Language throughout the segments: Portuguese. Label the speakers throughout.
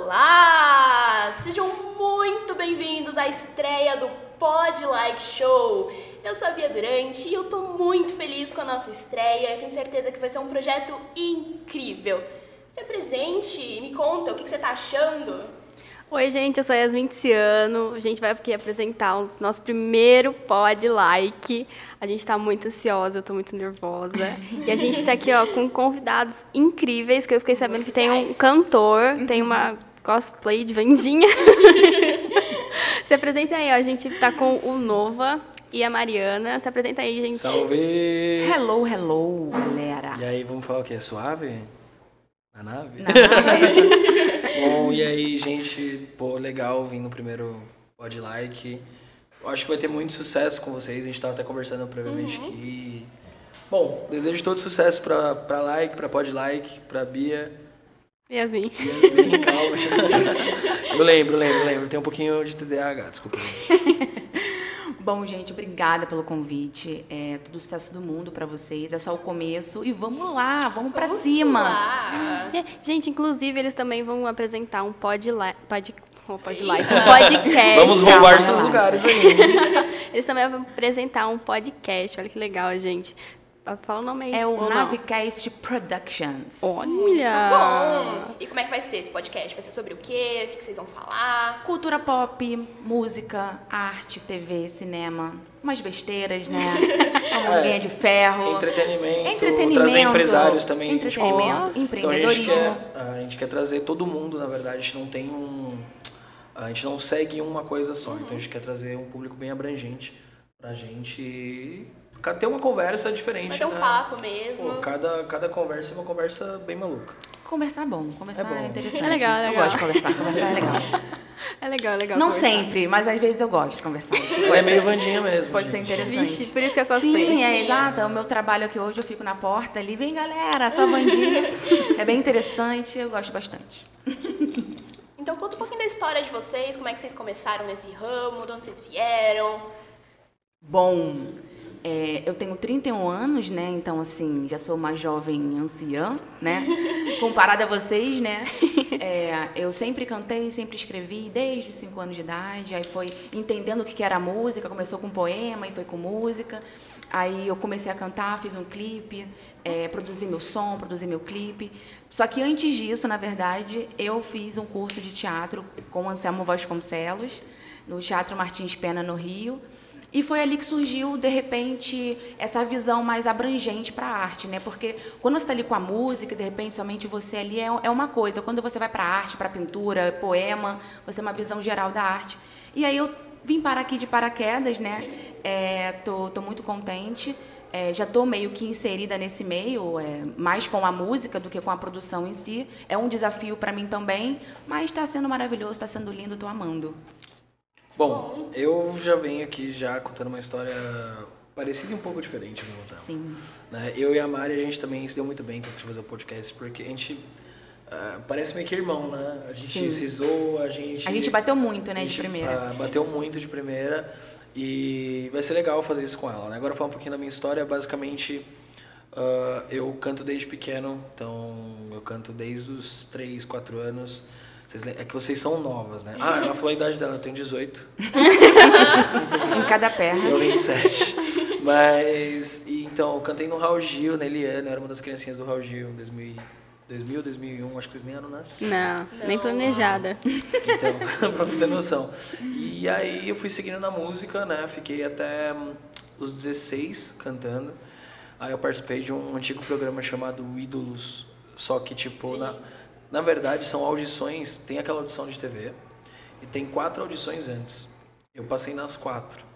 Speaker 1: Olá! Sejam muito bem-vindos à estreia do Pod Like Show. Eu sou a Bia Durante e eu tô muito feliz com a nossa estreia. Tenho certeza que vai ser um projeto incrível. Se apresente e me conta o que que você tá achando.
Speaker 2: Oi, gente, eu sou a Yasmin Tiziano. A gente vai aqui apresentar o nosso primeiro pod like. A gente está muito ansiosa, eu estou muito nervosa. E a gente está aqui ó, com convidados incríveis, que eu fiquei sabendo que tem um
Speaker 1: especiais.
Speaker 2: cantor, tem uma cosplay de Vandinha. Se apresenta aí, ó. a gente está com o Nova e a Mariana. Se apresenta aí, gente.
Speaker 3: Salve!
Speaker 4: Hello, hello, galera.
Speaker 3: E aí, vamos falar o que? Suave? Na nave?
Speaker 4: Na nave.
Speaker 3: Bom, e aí, gente, pô, legal vir no primeiro pod like. Eu acho que vai ter muito sucesso com vocês, a gente tava até conversando previamente
Speaker 4: Uhum.
Speaker 3: aqui. Bom, desejo todo sucesso pra, pra like, pra pod like, pra Bia.
Speaker 2: Yasmin.
Speaker 3: Yasmin, calma. eu lembro, lembro, lembro. Tem um pouquinho de TDAH, desculpa. gente.
Speaker 4: Bom, gente, obrigada pelo convite. É todo o sucesso do mundo pra vocês. É só o começo e vamos lá, vamos pra
Speaker 1: Vamos
Speaker 4: cima.
Speaker 1: lá.
Speaker 2: É, Gente, inclusive, eles também vão apresentar um pod like. Pod, oh, pod like, um podcast.
Speaker 3: Vamos roubar
Speaker 4: É, relaxa.
Speaker 3: seus lugares aí.
Speaker 2: Eles também vão apresentar um podcast. Olha que legal, gente. Fala o nome aí.
Speaker 4: É
Speaker 2: Ou
Speaker 4: o
Speaker 2: não.
Speaker 4: Navicast Productions.
Speaker 2: Olha!
Speaker 1: Bom, e como é que vai ser esse podcast? Vai ser sobre o quê? O que que vocês vão falar?
Speaker 4: Cultura pop, música, arte, TV, cinema. Umas besteiras, né? Uma
Speaker 3: É.
Speaker 4: mulher de ferro.
Speaker 3: Entretenimento,
Speaker 4: Entretenimento,
Speaker 3: trazer empresários também.
Speaker 4: entretenimento,
Speaker 3: Então a gente,
Speaker 4: empreendedorismo.
Speaker 3: quer, a gente quer trazer todo mundo, na verdade, a gente não tem um. A gente não segue uma coisa só. Então a gente quer trazer um público bem abrangente pra gente ca- ter uma conversa diferente.
Speaker 1: Vai ter um
Speaker 3: da-
Speaker 1: papo
Speaker 3: Né? Pô,
Speaker 1: mesmo.
Speaker 3: cada, cada conversa é uma conversa bem maluca.
Speaker 4: Conversar é bom, conversar
Speaker 3: É bom.
Speaker 4: é, interessante.
Speaker 2: É legal, é
Speaker 4: Eu
Speaker 2: legal.
Speaker 4: gosto de conversar, conversar é legal.
Speaker 2: É legal, é legal.
Speaker 4: Não
Speaker 2: conversar.
Speaker 4: sempre, mas às vezes eu gosto de conversar.
Speaker 3: Ela é meio Vandinha mesmo.
Speaker 4: Pode ser
Speaker 3: gente.
Speaker 4: interessante.
Speaker 2: Vixe, por isso que eu cosplay.
Speaker 4: Sim, é exato. O meu trabalho aqui hoje, eu fico na porta ali, vem galera, só bandinha. é bem interessante, eu gosto bastante.
Speaker 1: Então conta um pouquinho da história de vocês, como é que vocês começaram nesse ramo, de onde vocês vieram.
Speaker 4: Bom, é, eu tenho 31 anos, né? Então, assim, já sou uma jovem anciã, né? Comparada a vocês, né? É, eu sempre cantei, sempre escrevi, desde os 5 anos de idade. Aí foi entendendo o que que era música, começou com poema e foi com música. Aí eu comecei a cantar, fiz um clipe, é, produzi meu som, produzi meu clipe. Só que antes disso, na verdade, eu fiz um curso de teatro com o Anselmo Vasconcelos, no Teatro Martins Pena, no Rio. E foi ali que surgiu, de repente, essa visão mais abrangente para a arte, né? Porque quando você está ali com a música, de repente, somente você ali é, é uma coisa. Quando você vai para a arte, para pintura, poema, você tem uma visão geral da arte. E aí eu vim parar aqui de paraquedas, né? É, tô, tô muito contente. É, já estou meio que inserida nesse meio, é, mais com a música do que com a produção em si. É um desafio para mim também, mas está sendo maravilhoso, está sendo lindo, estou amando.
Speaker 3: Bom, eu já venho aqui já contando uma história parecida e um pouco diferente, vou contar.
Speaker 4: Sim.
Speaker 3: né? Eu e a Mari, a gente também se deu muito bem quando a gente fazer o podcast, porque a gente ah, parece meio que irmão, né? A gente
Speaker 4: Sim.
Speaker 3: se zoa, a gente...
Speaker 4: A gente bateu muito,
Speaker 3: a
Speaker 4: né, de
Speaker 3: gente,
Speaker 4: primeira.
Speaker 3: ah, bateu muito de primeira e vai ser legal fazer isso com ela, né? Agora falar um pouquinho da minha história, basicamente... ah, eu canto desde pequeno, então eu canto desde os 3, 4 anos. Vocês lem- é que vocês são novas, né? Ah, ela falou a idade dela, eu tenho 18.
Speaker 4: Em cada perna.
Speaker 3: Eu 27. Mas, e então, eu cantei no Raul Gil, na Eliana, eu era uma das criancinhas do Raul Gil, em 2000, 2000 2001, acho que vocês nem eram nascidos.
Speaker 2: Não, nem planejada.
Speaker 3: Então, pra você ter noção. E aí eu fui seguindo na música, né? Fiquei até hum, os 16 cantando. Aí eu participei de um antigo programa chamado Ídolos. Só que, tipo, na, na verdade são audições. Tem aquela audição de TV e tem quatro audições antes. Eu passei nas quatro.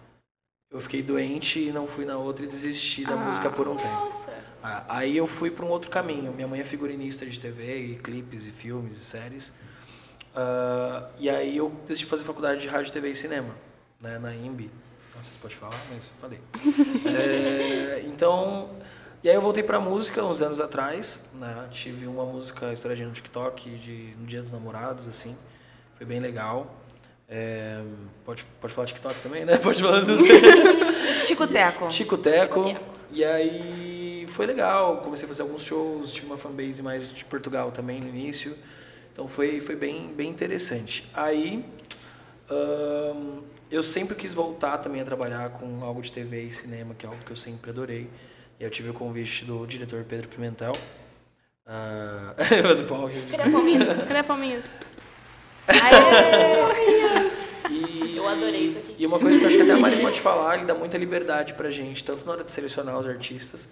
Speaker 3: Eu fiquei doente e não fui na outra e desisti da música por um tempo.
Speaker 1: Nossa,
Speaker 3: Ah, Aí eu fui para um outro caminho. Minha mãe é figurinista de TV, e clipes, e filmes, e séries. Ah, e aí eu decidi fazer faculdade de rádio, TV e cinema, né, na IMB. Não sei se pode falar, mas falei. É, então, e aí eu voltei para música uns anos atrás. Né, tive uma música estouradinha no TikTok, de, no Dia dos Namorados, assim. Foi bem legal. É, pode, pode falar TikTok também, né? Pode falar assim.
Speaker 4: Tico Teco.
Speaker 3: Tico Teco. E aí foi legal, comecei a fazer alguns shows, tive uma fanbase mais de Portugal também no início. Então foi, foi bem, bem interessante. Aí ahn, eu sempre quis voltar também a trabalhar com algo de TV e cinema, que é algo que eu sempre adorei. E eu tive o convite do diretor Pedro Pimentel. ah, do Paulo
Speaker 4: Uhum.
Speaker 3: Rio de
Speaker 1: Cadê a palminha?
Speaker 2: Cadê a palminha?
Speaker 3: E-
Speaker 1: Eu adorei isso aqui.
Speaker 3: E uma coisa que eu acho que até a Mari pode falar, ele dá muita liberdade pra gente, tanto na hora de selecionar os artistas,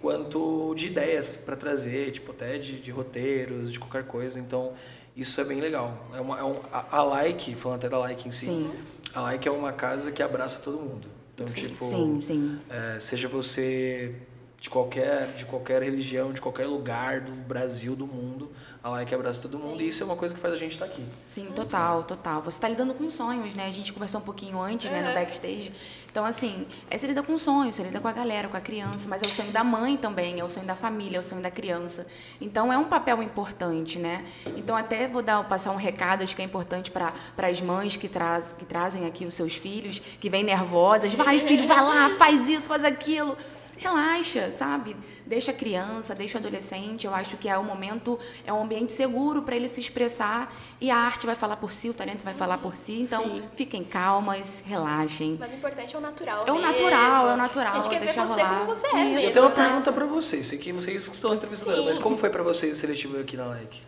Speaker 3: quanto de ideias pra trazer, tipo, até de, de roteiros, de qualquer coisa. Então, isso é bem legal. É uma, é um, a, a Like, falando até da Like em si,
Speaker 4: Sim.
Speaker 3: a Like é uma casa que abraça todo mundo. Então, tipo,
Speaker 4: Sim, sim.
Speaker 3: é, seja você de qualquer, de qualquer religião, de qualquer lugar do Brasil, do mundo, a Like abraça todo mundo. E isso é uma coisa que faz a gente estar aqui.
Speaker 4: Sim, total, total. Você tá lidando com sonhos, né? A gente conversou um pouquinho antes, né, no backstage. Então, assim, é você lida com sonhos, você lida com a galera, com a criança, mas é o sonho da mãe também, é o sonho da família, é o sonho da criança. Então, é um papel importante, né? Então, até vou dar, passar um recado, acho que é importante para as mães que, traz, que trazem aqui os seus filhos, que vêm nervosas, vai filho, vai lá, faz isso, faz aquilo. Relaxa, sabe? Deixa a criança, deixa o adolescente. Eu acho que é o momento, é um ambiente seguro para ele se expressar e a arte vai falar por si, o talento vai falar por si. Então, fiquem calmas, relaxem.
Speaker 1: Mas o importante é o natural.
Speaker 4: É o
Speaker 1: mesmo.
Speaker 4: natural, é o natural,
Speaker 1: A gente quer ver
Speaker 4: deixa
Speaker 1: você
Speaker 4: rolar.
Speaker 1: como você é
Speaker 4: Isso,
Speaker 3: Então Eu
Speaker 1: mesmo.
Speaker 3: tenho uma
Speaker 1: sabe?
Speaker 3: pergunta pra vocês, sei que vocês que estão entrevistando,
Speaker 1: Sim.
Speaker 3: mas como foi pra vocês o seletivo aqui na Like?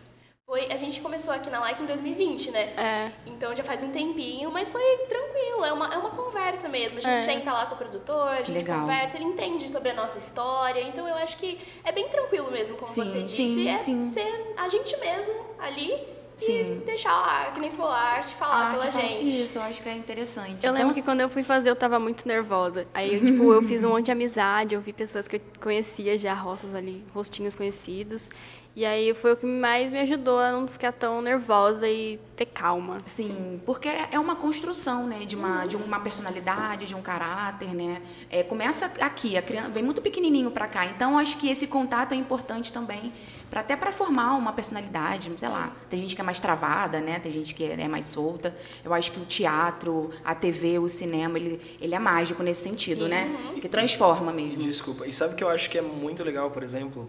Speaker 1: Foi, a gente começou aqui na Like em 2020, né?
Speaker 2: É.
Speaker 1: Então já faz um tempinho, mas foi tranquilo, é uma, é uma conversa mesmo. A gente
Speaker 2: É.
Speaker 1: senta lá com o produtor, a gente
Speaker 4: Legal.
Speaker 1: conversa, ele entende sobre a nossa história. Então eu acho que é bem tranquilo mesmo, como
Speaker 4: Sim,
Speaker 1: você
Speaker 4: sim,
Speaker 1: disse. é
Speaker 4: sim.
Speaker 1: ser a gente mesmo ali e
Speaker 4: Sim.
Speaker 1: deixar a, que nem se falou, a arte falar
Speaker 4: A
Speaker 1: pela
Speaker 4: arte fala-
Speaker 1: gente.
Speaker 4: Isso, eu acho que é interessante.
Speaker 2: Eu lembro que
Speaker 4: Então,
Speaker 2: quando eu fui fazer, eu tava muito nervosa. Aí, eu, tipo, eu fiz um monte de amizade, eu vi pessoas que eu conhecia já, rostos ali, rostinhos conhecidos. E aí foi o que mais me ajudou a não ficar tão nervosa e ter calma.
Speaker 4: Sim, porque é uma construção, né, de uma, de uma personalidade, de um caráter, né? É, começa aqui, a criança vem muito pequenininho pra cá, então acho que esse contato é importante também para até para formar uma personalidade, sei lá. Tem gente que é mais travada, né? Tem gente que é, é mais solta. Eu acho que o teatro, a TV, o cinema, ele, ele é mágico nesse sentido, né? Que transforma mesmo.
Speaker 3: Desculpa. E sabe o que eu acho que é muito legal, por exemplo,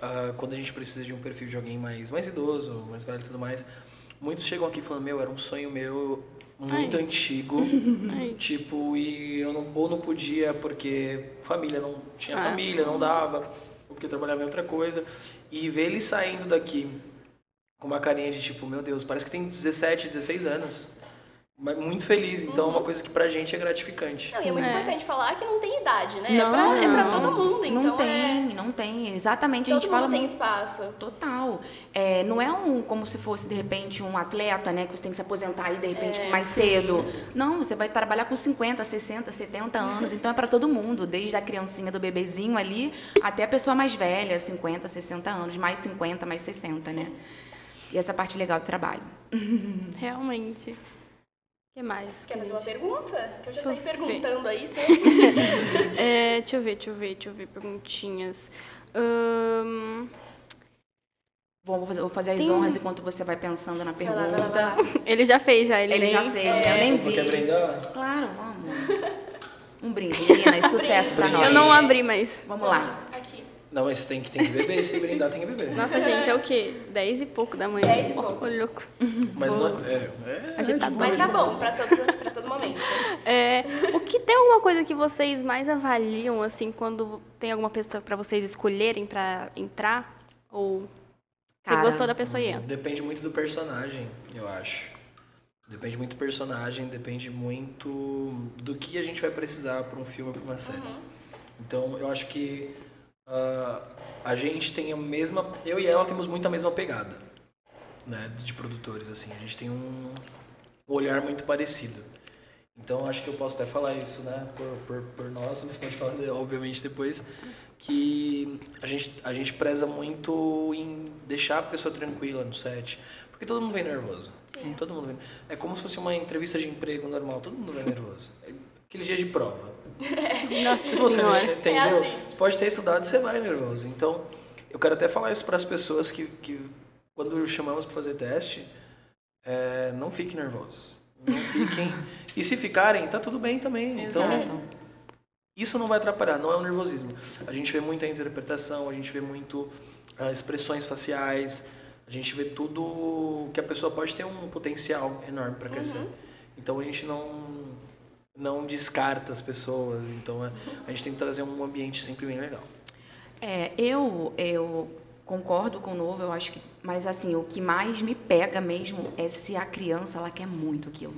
Speaker 3: ah, quando a gente precisa de um perfil de alguém mais, mais idoso, mais velho e tudo mais, muitos chegam aqui falando, meu, era um sonho meu muito antigo, tipo, e eu não, ou não podia porque família não tinha
Speaker 2: Ah.
Speaker 3: família, não dava, ou porque eu trabalhava em outra coisa. E ver ele saindo daqui com uma carinha de tipo, meu Deus, parece que tem 17, 16 anos. Mas muito feliz, então é uma coisa que pra gente é gratificante.
Speaker 1: Não, e é muito
Speaker 2: É.
Speaker 1: importante falar que não tem idade, né?
Speaker 4: né? Não,
Speaker 1: é, pra, é pra todo mundo, então
Speaker 4: Não
Speaker 1: é.
Speaker 4: tem, não tem. Exatamente, a
Speaker 1: Todo
Speaker 4: gente
Speaker 1: mundo
Speaker 4: fala
Speaker 1: tem
Speaker 4: muito
Speaker 1: espaço.
Speaker 4: Total. É, não é um como se fosse, de repente, um atleta, né? Que você tem que se aposentar aí, de repente,
Speaker 1: É.
Speaker 4: mais cedo. Não, você vai trabalhar com 50, 60, 70 anos. Então, é para todo mundo. Desde a criancinha do bebezinho ali até a pessoa mais velha, 50, 60 anos. Mais 50, mais 60, né? E essa parte legal do trabalho.
Speaker 2: Realmente. O que mais?
Speaker 1: Quer
Speaker 2: que
Speaker 1: fazer
Speaker 2: a
Speaker 1: uma
Speaker 2: gente-
Speaker 1: pergunta? Que eu já
Speaker 2: Deixa eu
Speaker 1: saí
Speaker 2: ver.
Speaker 1: perguntando aí, você
Speaker 2: É, deixa eu ver, deixa eu ver, deixa eu ver perguntinhas. Ahn,
Speaker 4: Bom, vou fazer, vou fazer as honras enquanto você vai pensando na
Speaker 1: lá, vai lá, É. vai
Speaker 4: pergunta.
Speaker 2: ele já fez, já. Ele,
Speaker 4: Ele
Speaker 2: nem-
Speaker 4: já fez, né? eu nem
Speaker 3: Desculpa, quer
Speaker 4: vi.
Speaker 3: brindar?
Speaker 4: Claro, vamos. Um brinde, meninas. Sucesso pra nós.
Speaker 2: Eu não abri, mas...
Speaker 4: Vamos lá.
Speaker 1: aqui.
Speaker 3: Não, mas tem que, tem que beber. Se brindar, tem que beber.
Speaker 2: Nossa, gente, é o quê? Dez e pouco da manhã.
Speaker 1: Dez e pouco.
Speaker 2: Ô, louco.
Speaker 3: Mas não é. é, é
Speaker 2: Agitado.
Speaker 3: de boa.
Speaker 1: Mas tá bom, pra, todos, pra todo momento.
Speaker 2: É, o que tem alguma coisa que vocês mais avaliam, assim, quando tem alguma pessoa pra vocês escolherem pra entrar? Ou você
Speaker 4: Cara.
Speaker 2: gostou da pessoa e entra?
Speaker 3: Depende muito do personagem, eu acho. Depende muito do personagem, depende muito do que a gente vai precisar pra um filme ou pra uma série.
Speaker 1: Uhum.
Speaker 3: Então, eu acho que ah, a gente tem a mesma. Eu e ela temos muito a mesma pegada, né? De produtores, assim. A gente tem um olhar muito parecido. Então, acho que eu posso até falar isso, né? Por, por, por nós, mas pode falar, né, obviamente, depois. Que a gente, a gente preza muito em deixar a pessoa tranquila no set. Porque todo mundo vem nervoso. Todo mundo vem. É como se fosse uma entrevista de emprego normal. Todo mundo vem nervoso. É Aquele dia de prova.
Speaker 2: Nossa
Speaker 3: Se você não
Speaker 2: senhora.
Speaker 3: entendeu,
Speaker 1: É assim.
Speaker 3: você pode ter estudado, você vai nervoso. Então, eu quero até falar isso para as pessoas que, que quando chamamos para fazer teste, é, não fiquem nervosos. Não fiquem. e se ficarem, tá tudo bem também. Então,
Speaker 4: Exato.
Speaker 3: isso não vai atrapalhar, não é um nervosismo. A gente vê muita interpretação, a gente vê muito ah, expressões faciais, A gente vê tudo que a pessoa pode ter um potencial enorme para crescer.
Speaker 5: Uhum.
Speaker 3: Então a gente não não descarta as pessoas, então é- a gente tem que trazer um ambiente sempre bem legal.
Speaker 4: É, eu, eu concordo com o novo, eu acho que. Mas assim, o que mais me pega mesmo é se a criança ela quer muito aquilo.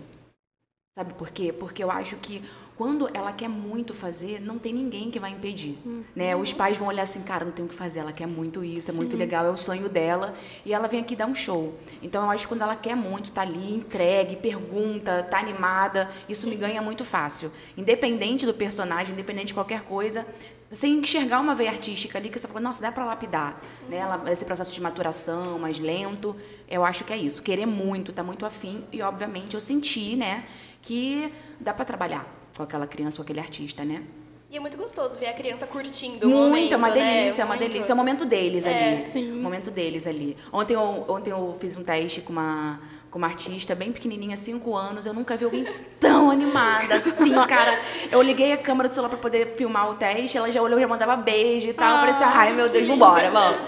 Speaker 4: Sabe por quê? Porque eu acho que quando ela quer muito fazer, não tem ninguém que vai impedir, né? Os pais vão olhar assim, cara, não tem o que fazer, ela quer muito isso, é muito legal, é o sonho dela, e ela vem aqui dar um show. Então eu acho que quando ela quer muito, tá ali, entregue, pergunta, tá animada, isso me ganha muito fácil. Independente do personagem, independente de qualquer coisa, sem enxergar uma veia artística ali que você fala, nossa, dá pra lapidar, né? Ela- esse processo de maturação mais lento, eu acho que é isso, querer muito, tá muito afim, e obviamente eu senti, né, que dá pra trabalhar com aquela criança, com aquele artista, né?
Speaker 1: E é muito gostoso ver a criança curtindo o momento,
Speaker 4: Muito, é uma
Speaker 1: né?
Speaker 4: delícia, é uma
Speaker 1: Muito.
Speaker 4: delícia. É o momento deles
Speaker 1: É,
Speaker 4: ali.
Speaker 2: sim.
Speaker 4: O momento deles ali. Ontem eu, ontem eu fiz um teste com uma, com uma artista bem pequenininha, 5 anos. Eu nunca vi alguém tão animada assim, cara. Eu liguei a câmera do celular pra poder filmar o teste. Ela já olhou, já mandava beijo e tal. Eu falei assim, ai meu Deus, vambora, vamos.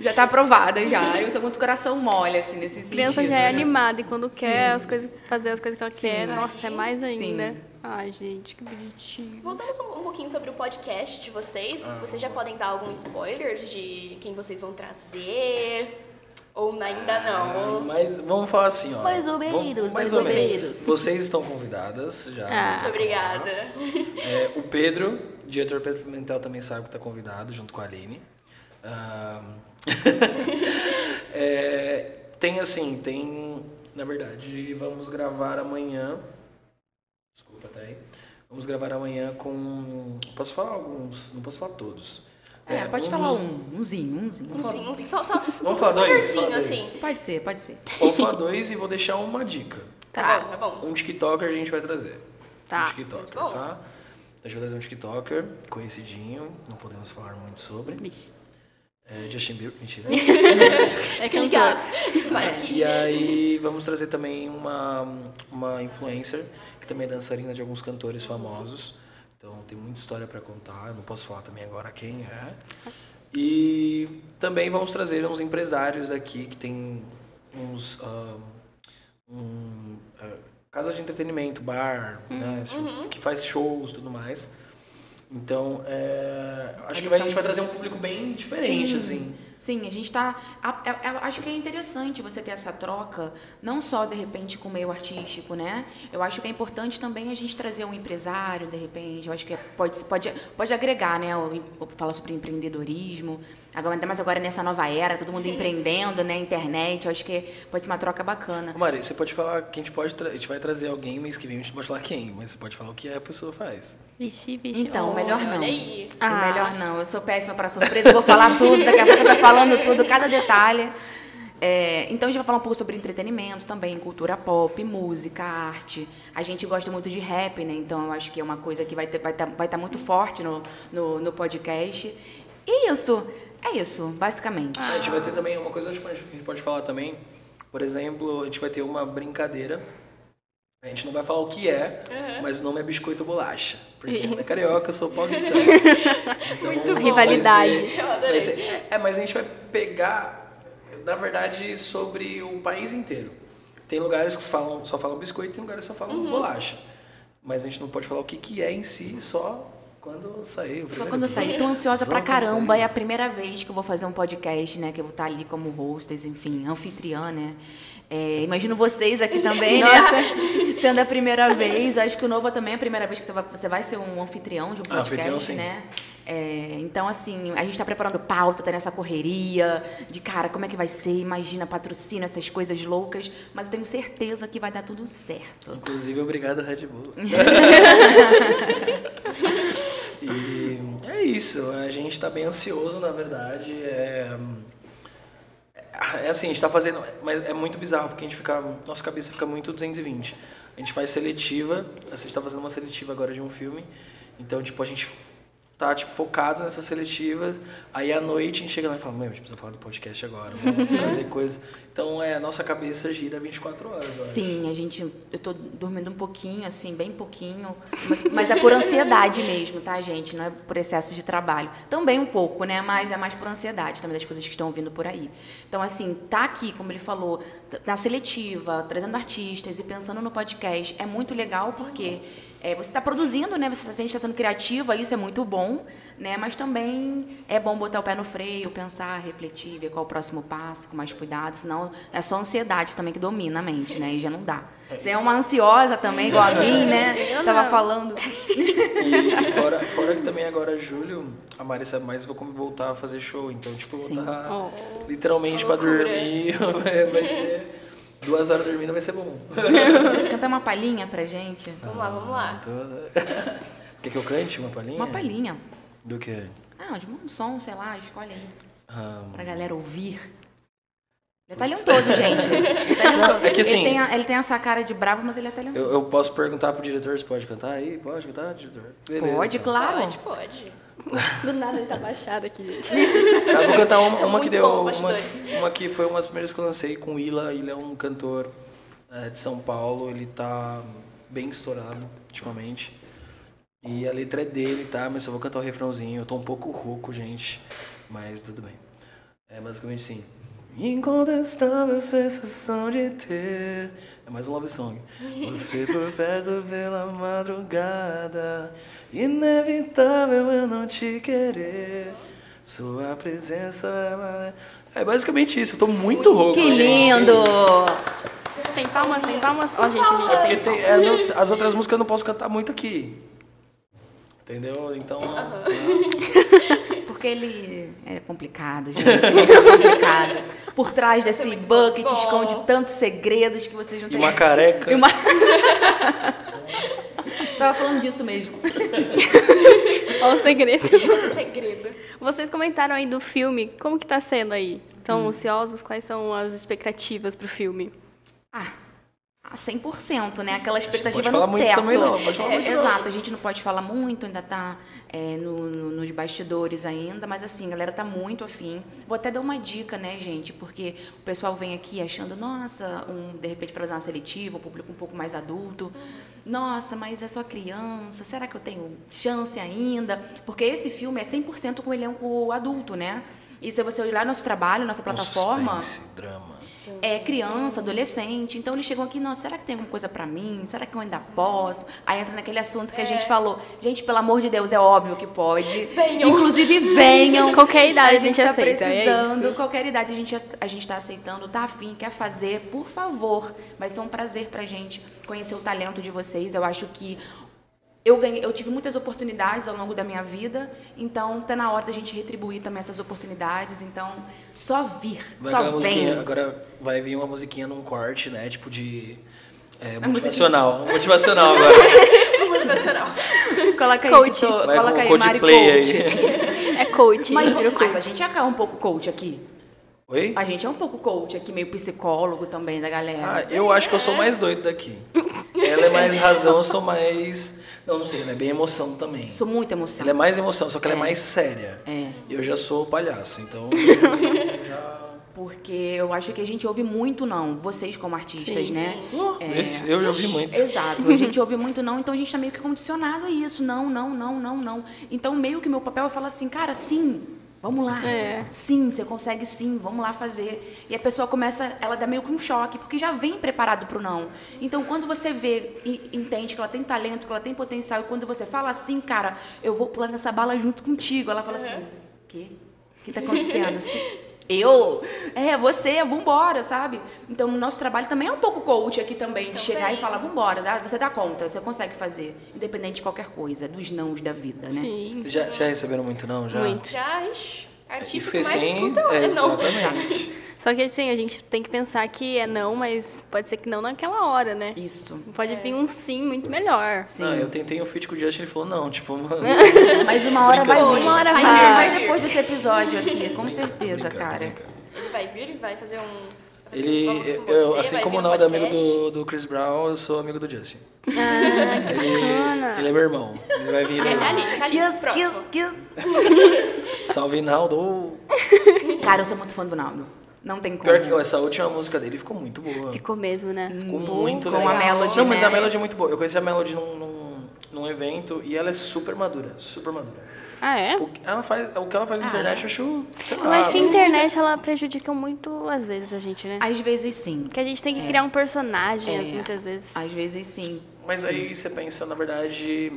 Speaker 4: Já tá aprovada já. Eu sou muito coração mole, assim, nesse sentido.
Speaker 2: criança já é
Speaker 4: né?
Speaker 2: animada e quando quer as coisas, fazer as coisas que ela quer,
Speaker 4: Sim.
Speaker 2: nossa, é mais ainda.
Speaker 4: Sim.
Speaker 2: Ai, gente, que bonitinho.
Speaker 1: Voltamos um, um pouquinho sobre o podcast de vocês.
Speaker 3: Ah.
Speaker 1: vocês já podem dar algum spoiler de quem vocês vão trazer? Ou
Speaker 3: Ah.
Speaker 1: ainda não?
Speaker 3: Mas vamos falar assim, ó.
Speaker 5: Mais ou
Speaker 3: Vamos-
Speaker 5: menos, mais
Speaker 3: ou
Speaker 5: ou
Speaker 3: menos.
Speaker 5: menos.
Speaker 3: Vocês estão convidadas já.
Speaker 2: Ah.
Speaker 1: Muito obrigada.
Speaker 3: É, o Pedro, o diretor Pedro Pimentel também sabe que está convidado, junto com a Aline. Ahn, é, tem assim, tem. Na verdade, vamos gravar amanhã. Desculpa, tá aí. Vamos gravar amanhã com. Posso falar alguns? Não posso falar todos.
Speaker 4: É, pode falar
Speaker 3: dos-
Speaker 4: um. Umzinho, umzinho.
Speaker 1: Umzinho, umzinho. Só, só um
Speaker 3: Vamos falar dois?
Speaker 1: spoilerzinho,
Speaker 3: Fala dois.
Speaker 1: assim.
Speaker 4: Pode ser, pode ser.
Speaker 3: Vou falar dois e vou deixar uma dica.
Speaker 1: Tá bom, tá bom.
Speaker 3: Um TikToker a gente vai trazer.
Speaker 2: Tá.
Speaker 3: Um
Speaker 1: Muito
Speaker 3: TikToker,
Speaker 1: bom.
Speaker 3: tá? A gente vai trazer um TikToker conhecidinho, não podemos falar muito sobre. É, Justin Bieber, mentira.
Speaker 1: É que ligados. Vai aqui.
Speaker 3: e aí vamos trazer também uma, uma influencer, que também é dançarina de alguns cantores famosos. Então tem muita história pra contar, eu não posso falar também agora quem é. E também vamos trazer uns empresários daqui que tem uns. ah, um, ah, casa de entretenimento, bar,
Speaker 4: Uhum.
Speaker 3: né? esse- Que faz shows e tudo mais. Então, é, acho que
Speaker 4: Eles
Speaker 3: vai- a
Speaker 4: são-
Speaker 3: gente vai trazer um público bem diferente,
Speaker 4: Sim.
Speaker 3: assim.
Speaker 4: Sim, a gente tá. a- a- a- acho que é interessante você ter essa troca, não só de repente com o meio artístico, né? Eu acho que é importante também a gente trazer um empresário, de repente. Eu acho que é- pode, pode, pode agregar, né? O- o- Falar sobre empreendedorismo. Agora, ainda mais agora nessa nova era, todo mundo empreendendo, né? Internet. Eu acho que pode ser uma troca bacana.
Speaker 3: Ô, Mari, você pode falar que a gente pode. tra- A gente vai trazer alguém mês que vem, a gente não pode falar quem, mas você pode falar o que a pessoa faz.
Speaker 2: Vixe, vixe.
Speaker 4: Então,
Speaker 2: oh.
Speaker 4: melhor
Speaker 1: Olha
Speaker 4: não.
Speaker 1: aí.
Speaker 2: Ah.
Speaker 4: É melhor não. Eu sou péssima para surpresa, eu vou falar tudo, daqui a pouco eu tô falando tudo, cada detalhe. É, então a gente vai falar um pouco sobre entretenimento também, cultura pop, música, arte. A gente gosta muito de rap, né? Então eu acho que é uma coisa que vai estar vai tá, vai tá muito forte no, no, no podcast. E isso, é isso, basicamente.
Speaker 3: É, A gente vai ter também uma coisa tipo, a gente pode falar também. Por exemplo, a gente vai ter uma brincadeira. A gente não vai falar o que é, mas o nome é biscoito ou bolacha. Porque ela é carioca, eu sou paulistano. Então,
Speaker 2: Muito bom.
Speaker 3: vai
Speaker 2: Rivalidade.
Speaker 3: ser-
Speaker 1: Eu adorei.
Speaker 3: vai ser- é, mas a gente vai pegar, na verdade, sobre o país inteiro. Tem lugares que falam, só falam biscoito, tem lugares que só falam bolacha. Mas a gente não pode falar o que, que é em si, só quando sair. o
Speaker 4: Só
Speaker 3: primeiro
Speaker 4: quando eu sair,
Speaker 3: dia.
Speaker 4: tô ansiosa
Speaker 3: Só
Speaker 4: pra
Speaker 3: quando sair.
Speaker 4: caramba. É a primeira vez que eu vou fazer um podcast, né? Que eu vou estar ali como hostess, enfim, anfitriã, né? É, imagino vocês aqui também, nossa, sendo a primeira vez. Acho que o Nova também é a primeira vez que você vai, você vai ser um anfitrião de um
Speaker 3: Ah,
Speaker 4: podcast,
Speaker 3: anfitrião, sim.
Speaker 4: né? É, então, assim, a gente tá preparando pauta, tá nessa correria de, cara, como é que vai ser? Imagina, patrocina, essas coisas loucas. Mas eu tenho certeza que vai dar tudo certo.
Speaker 3: Inclusive, obrigado, Red Bull. e é isso. A gente tá bem ansioso, na verdade. É, é assim, a gente tá fazendo. Mas é muito bizarro, porque a gente fica. Nossa cabeça fica muito 220. A gente faz seletiva. A gente tá fazendo uma seletiva agora de um filme. Então, tipo, a gente tá, tipo, focado nessas seletivas. Aí à noite a gente chega lá e fala, mãe, a gente precisa falar do podcast agora, precisa fazer coisa. Então é, a nossa cabeça gira 24 horas. eu acho.
Speaker 4: Sim, a gente. Eu tô dormindo um pouquinho, assim, bem pouquinho. Mas, mas é por ansiedade mesmo, tá, gente? Não é por excesso de trabalho. Também um pouco, né? Mas é mais por ansiedade também das coisas que estão vindo por aí. Então, assim, tá aqui, como ele falou, t- na seletiva, trazendo artistas e pensando no podcast, é muito legal porque. é, você está produzindo, né? Você está sendo criativa, isso é muito bom, né? Mas também é bom botar o pé no freio, pensar, refletir, ver qual é o próximo passo, com mais cuidado, senão é só a ansiedade também que domina a mente, né? E já não dá. Você é uma ansiosa também, igual a mim, né?
Speaker 2: Eu
Speaker 4: Tava
Speaker 2: não.
Speaker 4: falando.
Speaker 3: E, e fora, fora que também agora, julho, a Mari sabe mais, eu vou com- voltar a fazer show. Então, tipo, eu vou
Speaker 4: Sim.
Speaker 3: estar
Speaker 2: Oh.
Speaker 3: literalmente pra
Speaker 1: Loucura.
Speaker 3: dormir. Vai, vai ser. Duas horas dormindo vai ser bom.
Speaker 4: Então, Cantar uma palhinha pra gente?
Speaker 1: Vamos lá, vamos lá.
Speaker 3: Tô- Quer que eu cante uma palhinha?
Speaker 4: Uma palhinha.
Speaker 3: Do que?
Speaker 4: Ah, um som, sei lá, escolhe aí, pra galera ouvir. Ele é talentoso, gente. Ele é talentoso.
Speaker 3: É que assim-
Speaker 4: ele, tem a- ele tem essa cara de bravo, mas ele é talentoso.
Speaker 3: eu, eu posso perguntar pro diretor se pode cantar aí? Pode cantar, diretor? Beleza,
Speaker 4: Pode,
Speaker 3: então.
Speaker 4: claro.
Speaker 1: Pode, pode.
Speaker 2: Do nada ele tá baixado aqui, gente.
Speaker 3: Tá, vou cantar uma,
Speaker 1: São
Speaker 3: uma que
Speaker 1: muito
Speaker 3: deu.
Speaker 1: bons
Speaker 3: Uma,
Speaker 1: bastidores.
Speaker 3: uma que foi uma das primeiras que eu lancei com o Ila. Ila é um cantor eh, de São Paulo. Ele tá bem estourado ultimamente. E a letra é dele, tá? Mas eu vou cantar o refrãozinho. Eu tô um pouco rouco, gente. Mas tudo bem. É basicamente assim. Incontestável sensação de ter. É mais um love song. Você por perto pela madrugada. Inevitável eu não te querer. Sua presença, ela é. É basicamente isso. Eu tô muito rouco.
Speaker 4: Que
Speaker 3: gente.
Speaker 4: lindo!
Speaker 2: Tem palmas, tem palmas. Ó, gente, a gente
Speaker 3: Porque
Speaker 2: tem.
Speaker 3: tem- é, não- as outras músicas eu não posso cantar muito aqui. Entendeu? Então.
Speaker 4: Porque ele é complicado, gente. Ele é complicado. Por trás desse bucket
Speaker 1: bom.
Speaker 4: esconde tantos segredos que vocês não
Speaker 3: E
Speaker 4: têm.
Speaker 3: uma careca. Um
Speaker 4: E uma- Tava falando disso mesmo.
Speaker 2: Ó, o segredo.
Speaker 1: Esse é o segredo.
Speaker 2: Vocês comentaram aí do filme, como que tá sendo aí?
Speaker 3: Hum.
Speaker 2: Estão ansiosos? Quais são as expectativas pro filme?
Speaker 4: Ah, a 100%, né? Aquela expectativa
Speaker 3: pode falar
Speaker 4: no
Speaker 3: muito
Speaker 4: teto.
Speaker 3: também não, pode falar
Speaker 4: É,
Speaker 3: muito não.
Speaker 4: Exato, a gente não pode falar muito, ainda tá é, no- no- nos bastidores ainda, mas assim, a galera tá muito afim. Vou até dar uma dica, né, gente? Porque o pessoal vem aqui achando, nossa, um, de repente para usar uma seletiva, um público um pouco mais adulto. Nossa, mas é só criança, será que eu tenho chance ainda? Porque esse filme é 100% com elenco adulto, né? E se você olhar nosso trabalho, nossa
Speaker 3: Um
Speaker 4: plataforma,
Speaker 3: suspense, drama.
Speaker 4: é criança, adolescente. Então eles chegam aqui, nossa, será que tem alguma coisa pra mim? Será que eu ainda posso? Aí entra naquele assunto que a
Speaker 2: É.
Speaker 4: gente falou. Gente, pelo amor de Deus, é óbvio que pode.
Speaker 1: Venham.
Speaker 4: Inclusive venham.
Speaker 2: Qualquer idade
Speaker 4: a
Speaker 2: a gente
Speaker 4: tá
Speaker 2: aceita, é
Speaker 4: precisando,
Speaker 2: isso.
Speaker 4: qualquer idade a gente a gente tá aceitando, tá afim, quer fazer, por favor. Vai ser um prazer pra gente conhecer o talento de vocês. Eu acho que eu, ganhei, eu tive muitas oportunidades ao longo da minha vida, então tá na hora da gente retribuir também essas oportunidades. Então, só vir,
Speaker 3: Vai aquela
Speaker 4: só
Speaker 3: musiquinha-
Speaker 4: vem.
Speaker 3: Agora vai vir uma musiquinha num corte, né? Tipo de. é, motivacional. Motivacional agora.
Speaker 1: É Motivacional.
Speaker 4: Coloca aí,
Speaker 2: Coach.
Speaker 4: editor.
Speaker 3: Vai
Speaker 4: Coloca
Speaker 3: com
Speaker 4: aí, Mari
Speaker 3: Coldplay
Speaker 4: Coach.
Speaker 3: aí.
Speaker 2: É coach,
Speaker 4: Mas,
Speaker 2: vira o
Speaker 4: mas
Speaker 2: coach.
Speaker 4: a gente é um pouco coach aqui.
Speaker 3: Oi?
Speaker 4: A gente é um pouco coach aqui, meio psicólogo também da galera.
Speaker 3: Ah, eu acho que eu sou mais doido daqui. Ela é mais razão, eu sou mais. Não, não sei, ela é bem emoção também.
Speaker 4: Sou muito emoção.
Speaker 3: Ela é mais emoção, só que ela é mais séria.
Speaker 4: É.
Speaker 3: Eu já sou palhaço, então. é
Speaker 4: Porque eu acho que a gente ouve muito não, vocês como artistas,
Speaker 2: Sim.
Speaker 4: né?
Speaker 3: Oh, esse eu já ouvi muito.
Speaker 4: Exato, a gente ouve muito não, então a gente tá meio que condicionado a isso. Não, não, não, não, não. Então, meio que meu papel é falar assim, cara, sim, vamos lá.
Speaker 2: É.
Speaker 4: Sim, você consegue sim, vamos lá fazer. E a pessoa começa, ela dá meio que um choque, porque já vem preparado pro não. Então, quando você vê e entende que ela tem talento, que ela tem potencial, e quando você fala assim, cara, eu vou pular nessa bala junto contigo, ela fala assim, o quê? O que tá acontecendo? Sim. Eu? É, você, vambora, sabe? Então, o nosso trabalho também é um pouco coach aqui também, de chegar e falar, vambora, dá- você dá conta, você consegue fazer, independente de qualquer coisa, dos nãos da vida, né?
Speaker 2: Sim.
Speaker 3: Já, já receberam muito, não? Já?
Speaker 2: Muito.
Speaker 1: Traz.
Speaker 3: Isso
Speaker 1: Artista
Speaker 3: vocês
Speaker 1: que mais
Speaker 3: têm.
Speaker 1: escuta
Speaker 3: é,
Speaker 1: é
Speaker 4: né,
Speaker 1: não.
Speaker 3: exatamente.
Speaker 2: Só que assim, a gente tem que pensar que é não, mas pode ser que não naquela hora, né?
Speaker 4: Isso.
Speaker 2: Pode vir um sim muito melhor.
Speaker 4: Sim.
Speaker 3: Não, eu tentei um feat com o Justin ele falou, não, tipo, mano.
Speaker 4: Mas uma hora vai
Speaker 3: Brincando.
Speaker 4: vir.
Speaker 2: Uma hora
Speaker 4: Mas
Speaker 2: vai.
Speaker 4: depois desse episódio aqui, com certeza,
Speaker 3: Brincando,
Speaker 4: cara.
Speaker 3: brincando.
Speaker 1: Ele vai vir, ele vai fazer um
Speaker 3: Ele,
Speaker 1: vamos com
Speaker 3: eu-
Speaker 1: você,
Speaker 3: assim
Speaker 1: vai
Speaker 3: como o
Speaker 1: vir um no
Speaker 3: Naldo é amigo
Speaker 1: podcast.
Speaker 3: do, do Chris Brown, eu sou amigo do Justin.
Speaker 2: Ah, que
Speaker 3: Ele, ele é meu irmão. Ele vai vir.
Speaker 1: É, tá ali,
Speaker 3: Ele...
Speaker 1: tá ali.
Speaker 4: Kiss,
Speaker 1: próximo.
Speaker 4: kiss, kiss.
Speaker 3: Salve Naldo!
Speaker 4: Cara, eu sou muito fã do Naldo. Não tem como.
Speaker 3: Pior que ó, essa última música dele ficou muito boa.
Speaker 2: Ficou mesmo, né?
Speaker 3: Ficou
Speaker 4: Bom,
Speaker 3: muito
Speaker 4: com a
Speaker 3: legal.
Speaker 4: Melody,
Speaker 3: Não, mas
Speaker 4: né?
Speaker 3: a Melody é muito boa. Eu conheci a Melody num, num, num evento e ela é super madura, super madura.
Speaker 2: Ah, é?
Speaker 3: O que ela faz, o que ela faz
Speaker 1: Ah, né?
Speaker 3: na internet, eu acho, sei lá.
Speaker 2: Eu acho que a internet, ela prejudica muito, às vezes, a gente, né?
Speaker 4: Às vezes sim.
Speaker 2: Porque a gente tem que criar um personagem,
Speaker 4: É.
Speaker 2: muitas vezes.
Speaker 4: Às vezes sim.
Speaker 3: Mas aí você pensa, na verdade,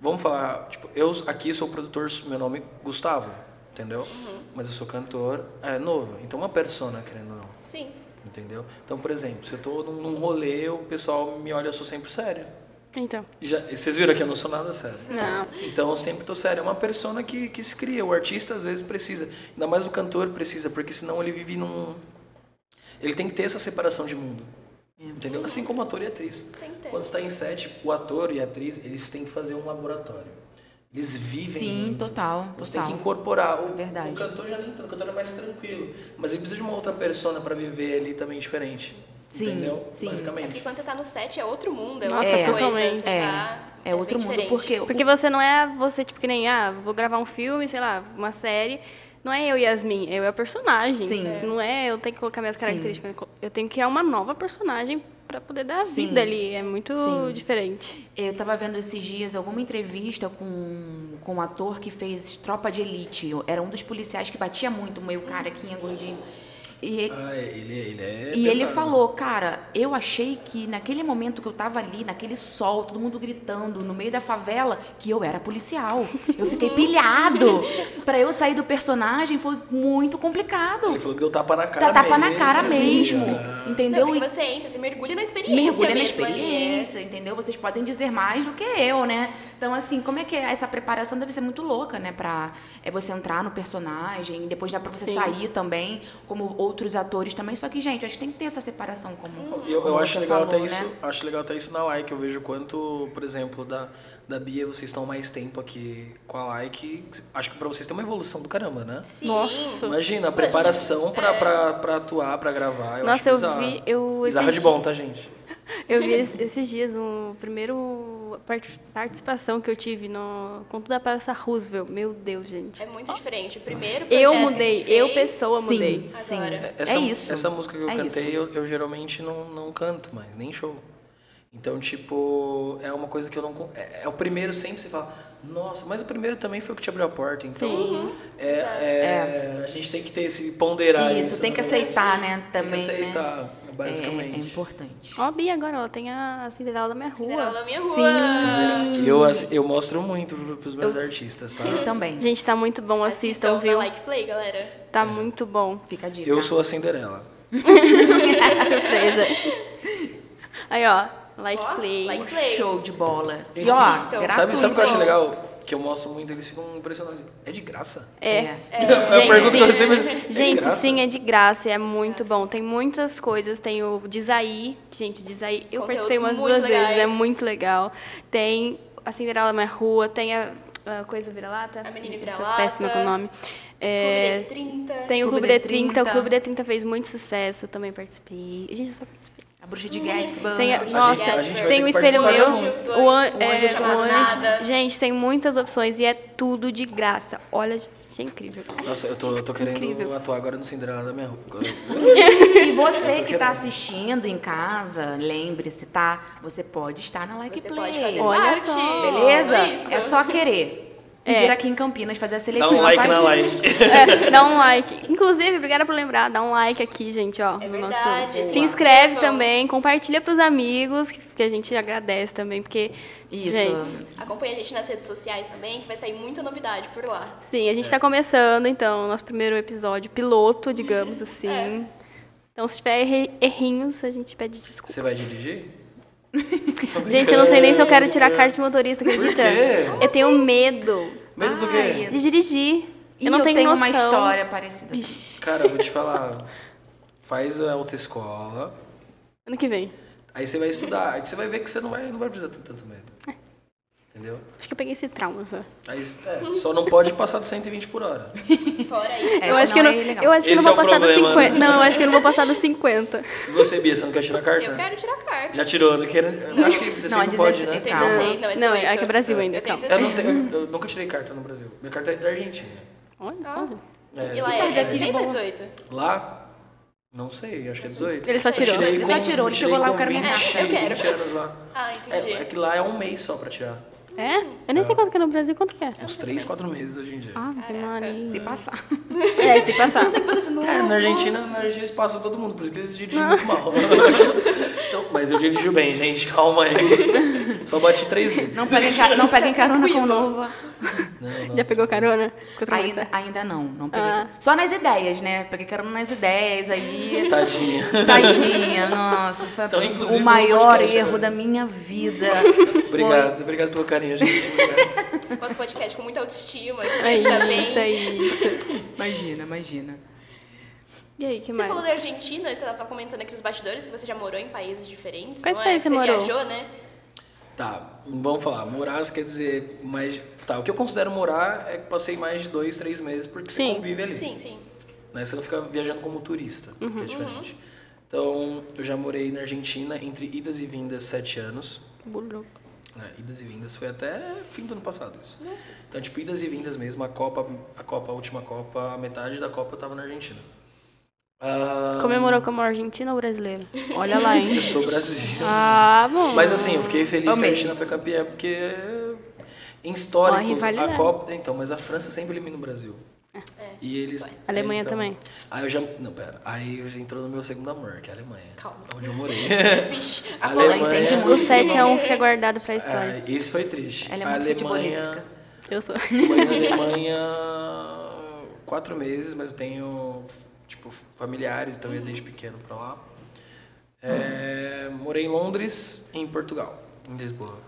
Speaker 3: vamos falar, tipo, eu aqui sou produtor, meu nome é Gustavo, entendeu? Mas eu sou cantor, é novo, então uma persona, querendo ou não,
Speaker 1: Sim.
Speaker 3: entendeu? Então, por exemplo, se eu tô num num rolê, o pessoal me olha, eu sou sempre sério.
Speaker 2: Então.
Speaker 3: Já, e vocês viram que eu não sou nada sério.
Speaker 2: Não.
Speaker 3: Então eu sempre tô sério. É uma persona que, que se cria. O artista às vezes precisa. Ainda mais o cantor precisa, porque senão ele vive num. Ele tem que ter essa separação de mundo. Entendeu? Assim como ator e atriz.
Speaker 1: Tem que ter.
Speaker 3: Quando está em set, o ator e a atriz, eles têm que fazer um laboratório. Eles vivem.
Speaker 4: Sim,
Speaker 3: mundo.
Speaker 4: total.
Speaker 3: Você
Speaker 4: total.
Speaker 3: tem que incorporar. O,
Speaker 4: É verdade.
Speaker 3: o cantor já nem tanto, o cantor é mais tranquilo. Mas ele precisa de uma outra persona para viver ali também diferente.
Speaker 4: Sim,
Speaker 3: entendeu?
Speaker 4: sim.
Speaker 1: É porque
Speaker 3: Basicamente.
Speaker 1: quando você tá no set é outro mundo, é
Speaker 2: Nossa,
Speaker 1: outra
Speaker 2: totalmente.
Speaker 1: coisa. você tá-
Speaker 4: É, é outro
Speaker 1: bem
Speaker 4: mundo.
Speaker 1: diferente.
Speaker 4: Porque,
Speaker 2: Porque você não é você, tipo, que nem, ah, vou gravar um filme, sei lá, uma série. Não é eu e Yasmin, eu é o personagem.
Speaker 4: Sim. É.
Speaker 2: Não é eu tenho que colocar minhas características. Eu tenho que criar uma nova personagem pra poder dar
Speaker 4: Sim.
Speaker 2: vida ali. É muito
Speaker 4: Sim.
Speaker 2: diferente.
Speaker 4: Eu tava vendo esses dias alguma entrevista com, com um ator que fez Tropa de Elite. Era um dos policiais que batia muito, meio carequinha, gordinho. E, ele-
Speaker 3: Ah, ele, ele é.
Speaker 4: e ele
Speaker 3: pesado.
Speaker 4: falou, cara, eu achei que naquele momento que eu tava ali, naquele sol, todo mundo gritando, no meio da favela, que eu era policial. Eu fiquei pilhado. Pra eu sair do personagem foi muito complicado.
Speaker 3: Ele falou que deu tapa na cara
Speaker 4: Tá tapa na cara
Speaker 3: assim,
Speaker 4: mesmo.
Speaker 3: já.
Speaker 4: Entendeu?
Speaker 1: Não,
Speaker 4: E
Speaker 1: e você entra, você mergulha na experiência.
Speaker 4: mergulha na
Speaker 1: mesmo ali, é
Speaker 4: experiência, entendeu? Vocês podem dizer mais do que eu, né? Então, assim, como é que é? Essa preparação deve ser muito louca, né? Pra é você entrar no personagem, depois dá pra você sair também, como outros atores também. Só que, gente, acho que tem que ter essa separação como.
Speaker 3: Eu, eu
Speaker 4: como você
Speaker 3: acho legal
Speaker 4: Uhum. falou,
Speaker 3: até
Speaker 4: né?
Speaker 3: isso. Acho legal até isso na like. Eu vejo quanto, por exemplo, da, da Bia, vocês estão mais tempo aqui com a like. Acho que pra vocês tem uma evolução do caramba, né?
Speaker 1: é. Sim.
Speaker 2: Nossa.
Speaker 3: Imagina, a preparação pra,
Speaker 4: é.
Speaker 3: pra, pra atuar, pra gravar. Eu
Speaker 2: Nossa,
Speaker 3: acho
Speaker 2: eu
Speaker 3: bizarro.
Speaker 2: vi- eu
Speaker 3: Bizarro de
Speaker 2: assisti-
Speaker 3: bom, tá, gente?
Speaker 2: Eu vi es- esses dias um primeiro par- participação que eu tive no Conto da Praça Roosevelt. Meu Deus, gente.
Speaker 1: É muito diferente. O primeiro
Speaker 2: Eu
Speaker 1: projeto
Speaker 2: mudei,
Speaker 1: que a gente
Speaker 2: eu
Speaker 1: fez-
Speaker 2: pessoa
Speaker 4: Sim,
Speaker 2: mudei.
Speaker 4: sim.
Speaker 1: Agora.
Speaker 4: É,
Speaker 3: Essa,
Speaker 4: isso.
Speaker 3: Essa música que eu
Speaker 4: É
Speaker 3: cantei,
Speaker 4: isso.
Speaker 3: eu, eu geralmente não, não canto mais, nem show. Então, tipo, é uma coisa que eu não. con- É, é o primeiro sempre você fala, nossa, mas o primeiro também foi o que te abriu a porta, então. É, é- A gente tem que ter esse ponderar isso.
Speaker 4: Isso, tem que
Speaker 3: né?
Speaker 4: aceitar, né?
Speaker 3: Tem que
Speaker 4: Também. né?
Speaker 3: aceitar,
Speaker 4: É- É,
Speaker 3: basicamente.
Speaker 4: importante.
Speaker 2: Ó, a Bia agora, ela tem a a Cinderela da minha rua.
Speaker 1: Cinderela da minha
Speaker 4: Sim.
Speaker 1: rua.
Speaker 3: eu, ass- eu mostro muito pro- pros meus artistas, tá?
Speaker 4: Eu Então, também.
Speaker 2: Gente, tá muito bom, assistam,
Speaker 1: Assistam
Speaker 2: viu?
Speaker 1: na Like Play, galera.
Speaker 2: Tá muito bom.
Speaker 4: Fica a dica.
Speaker 3: Eu sou a Cinderela.
Speaker 2: Surpresa. Aí, ó. Like
Speaker 1: Ó,
Speaker 2: play.
Speaker 1: like play.
Speaker 4: Show de bola.
Speaker 3: Gente,
Speaker 4: e ó,
Speaker 1: assistam.
Speaker 4: gratuito.
Speaker 3: Sabe, sabe o que eu acho legal? Que eu mostro muito, eles ficam impressionados. É de graça?
Speaker 2: É.
Speaker 4: É.
Speaker 3: eu pergunto pra
Speaker 2: Gente,
Speaker 3: você,
Speaker 2: sim.
Speaker 3: mas é de
Speaker 2: Gente,
Speaker 3: graça?
Speaker 2: sim, é de graça, é muito bom. Tem muitas coisas. Tem o Desaí, que, gente, Desaí, eu
Speaker 1: Conteúdos
Speaker 2: participei umas
Speaker 1: muito
Speaker 2: duas vezes,
Speaker 1: legais.
Speaker 2: é muito legal. Tem a Cinderela na minha rua, tem a, a coisa vira-lata.
Speaker 1: A menina
Speaker 2: Eu sou
Speaker 1: vira-lata.
Speaker 2: Péssima com o nome. É,
Speaker 1: Clube de 30.
Speaker 2: tem o
Speaker 4: Clube
Speaker 2: Clube
Speaker 4: de
Speaker 2: de 30. O
Speaker 4: 30.
Speaker 2: Clube de 30 fez muito sucesso, eu também participei. Gente, eu só participei.
Speaker 4: A bruxa de Gatsby.
Speaker 2: Tem a-
Speaker 3: gente-
Speaker 2: nossa,
Speaker 1: a gente vai
Speaker 2: tem
Speaker 3: ter
Speaker 2: o
Speaker 3: que
Speaker 2: espelho
Speaker 3: participar
Speaker 2: meu,
Speaker 3: de
Speaker 1: um.
Speaker 2: o, an,
Speaker 4: O anjo
Speaker 2: é,
Speaker 4: chamado
Speaker 2: o anjo.
Speaker 1: Nada.
Speaker 2: Gente, tem muitas opções e é tudo de graça. Olha, gente, é incrível.
Speaker 3: Nossa, eu tô, eu tô querendo
Speaker 2: Incrível.
Speaker 3: atuar agora no Cinderela da minha rua.
Speaker 4: E você que tá assistindo em casa, lembre-se, tá? Você pode estar na Like
Speaker 1: Você
Speaker 4: Play.
Speaker 1: pode fazer
Speaker 2: Olha É.
Speaker 1: parte.
Speaker 2: só.
Speaker 4: Beleza?
Speaker 1: Tudo isso.
Speaker 4: É só querer. E vir aqui em Campinas fazer a tá?
Speaker 3: Dá
Speaker 4: seletiva.
Speaker 3: um like
Speaker 4: com a
Speaker 3: na
Speaker 4: gente.
Speaker 3: like.
Speaker 2: É, dá um like. Inclusive, obrigada por lembrar, dá um like aqui, gente, ó.
Speaker 1: É
Speaker 2: no nosso-
Speaker 1: verdade,
Speaker 2: Se
Speaker 1: boa.
Speaker 2: inscreve
Speaker 1: Então.
Speaker 2: também, compartilha pros amigos, que, que a gente agradece também, porque.
Speaker 4: Isso.
Speaker 2: Gente,
Speaker 1: Acompanha a gente nas redes sociais também, que vai sair muita novidade por lá.
Speaker 2: sim, a gente tá começando, então, nosso primeiro episódio piloto,
Speaker 1: É.
Speaker 2: digamos assim. Então, se tiver erre- errinhos, a gente pede desculpa.
Speaker 3: Você vai dirigir?
Speaker 2: Gente, eu não sei nem se eu quero tirar a carta de motorista, acredita?
Speaker 3: quê?
Speaker 2: Eu tenho medo
Speaker 3: Medo do
Speaker 4: Ai,
Speaker 3: quê?
Speaker 2: de dirigir.
Speaker 4: E
Speaker 2: eu não tenho,
Speaker 4: tenho
Speaker 2: noção.
Speaker 4: uma história parecida.
Speaker 2: Vixe,
Speaker 3: Cara, eu vou te falar. Faz a autoescola.
Speaker 2: ano que vem.
Speaker 3: Aí você vai estudar. Aí que você vai ver que você não vai, não vai precisar ter tanto medo. Entendeu?
Speaker 2: Acho que eu peguei esse trauma, só.
Speaker 3: Aí, é, só não pode passar dos 120 por hora.
Speaker 1: Fora isso.
Speaker 4: É,
Speaker 2: eu acho que eu
Speaker 4: senão
Speaker 2: não,
Speaker 4: é ilegal.
Speaker 2: eu acho que eu não
Speaker 3: Esse
Speaker 2: vou
Speaker 3: é o
Speaker 2: passar dos
Speaker 3: problema,
Speaker 2: 50.
Speaker 3: né?
Speaker 2: Não, eu acho que eu não vou passar dos 50.
Speaker 3: E você, Bia, você não quer tirar a carta?
Speaker 1: Eu quero tirar carta.
Speaker 3: Já tirou, eu não quero... eu acho que 16
Speaker 4: Não,
Speaker 3: não, pode,
Speaker 4: 16,
Speaker 3: né?
Speaker 1: Eu tenho
Speaker 4: Calma.
Speaker 1: 16, não, é 18.
Speaker 2: Não, é que é Brasil ainda,
Speaker 1: Eu tenho
Speaker 2: calma.
Speaker 3: Eu,
Speaker 1: 16.
Speaker 3: não tenho, eu nunca tirei carta no Brasil. Minha carta é da Argentina.
Speaker 2: Olha só, gente.
Speaker 3: É,
Speaker 1: E lá
Speaker 4: Isso aí
Speaker 1: é
Speaker 4: já tira
Speaker 1: 16 ou
Speaker 4: boa.
Speaker 1: 18?
Speaker 3: Lá, não sei, acho que é 18.
Speaker 2: Ele só
Speaker 3: Eu
Speaker 2: tirou.
Speaker 3: tirei
Speaker 1: Ele
Speaker 3: com-
Speaker 4: só tirou,
Speaker 3: tirei
Speaker 4: ele chegou lá,
Speaker 3: com
Speaker 4: eu quero minha
Speaker 3: 20,
Speaker 1: carta. Eu quero.
Speaker 3: 20 anos lá.
Speaker 1: Ah,
Speaker 3: É,
Speaker 1: entendi.
Speaker 3: é que lá é um mês só pra tirar.
Speaker 2: É? Eu nem sei quanto que é no Brasil, quanto que é. Ah,
Speaker 3: Uns 3, 4 meses hoje em dia.
Speaker 2: Ave Maria.
Speaker 4: Se passar.
Speaker 2: É, se passar.
Speaker 3: É, na Argentina, na Argentina eles passam todo mundo, por isso que eles dirigem muito mal. Então, mas eu dirijo bem, gente, calma aí. Só bati três vezes.
Speaker 4: Não peguem, ca- não peguem carona com nova.
Speaker 3: Não, não.
Speaker 2: Já pegou carona? Com outra
Speaker 4: Ainda,
Speaker 2: moto?
Speaker 4: ainda não, não peguei.
Speaker 2: Ah.
Speaker 4: Só nas ideias, né? Peguei carona nas ideias aí.
Speaker 3: Tadinha.
Speaker 4: Tadinha, nossa, foi
Speaker 3: Então, inclusive,
Speaker 4: o maior
Speaker 3: no podcast,
Speaker 4: erro
Speaker 3: né?
Speaker 4: da minha vida.
Speaker 3: Obrigado, obrigado pelo carinho, gente. Obrigado.
Speaker 1: Nosso podcast com muita autoestima.
Speaker 2: É
Speaker 1: Ainda bem.
Speaker 2: isso, é isso.
Speaker 4: Foi- Imagina, imagina.
Speaker 2: E aí, que
Speaker 1: Você
Speaker 2: mais?
Speaker 1: falou da Argentina, você tava comentando aqui nos bastidores que você já morou em países diferentes.
Speaker 2: Quais
Speaker 1: não é?
Speaker 2: países você morou?
Speaker 1: viajou, né?
Speaker 3: Tá, vamos falar. Morar quer dizer mais. Tá, o que eu considero morar é que passei mais de dois, três meses porque
Speaker 2: Sim.
Speaker 3: você convive ali.
Speaker 1: Sim, sim.
Speaker 3: Né? Você não fica viajando como turista, que é diferente. Então, eu já morei na Argentina entre idas e vindas sete anos.
Speaker 2: Burro.
Speaker 3: né, Idas e vindas foi até fim do ano passado isso. Então, tipo, idas e vindas mesmo, a Copa, a Copa, a última Copa, a metade da Copa eu tava na Argentina. Ah,
Speaker 2: Comemorou como argentino ou brasileiro? Olha lá, hein?
Speaker 3: Eu sou brasileiro.
Speaker 2: Ah, bom.
Speaker 3: Mas assim, eu fiquei feliz que a
Speaker 4: Amei.
Speaker 3: Argentina foi campeã, porque em
Speaker 2: Uma
Speaker 3: históricos, a
Speaker 2: rivalidade.
Speaker 3: Copa. Então, mas a França sempre elimina o Brasil.
Speaker 1: É.
Speaker 3: E eles. então,
Speaker 2: A Alemanha também.
Speaker 3: Aí eu já. Não, pera. Aí você entrou no meu segundo amor, que é a Alemanha.
Speaker 1: Calma.
Speaker 3: Onde eu morei.
Speaker 1: Vixe,
Speaker 3: A
Speaker 1: a polêmica.
Speaker 3: Alemanha-
Speaker 4: entende muito.
Speaker 2: O
Speaker 3: é
Speaker 2: 7x1 fica guardado pra história.
Speaker 3: Ah, isso foi triste.
Speaker 4: Ela é
Speaker 3: a
Speaker 4: muito
Speaker 3: Alemanha.
Speaker 4: futebolística.
Speaker 2: Eu sou.
Speaker 3: Morei na Alemanha quatro meses, mas eu tenho, tipo, familiares, então eu ia desde pequeno pra lá. É, morei em Londres e em Portugal, em Lisboa.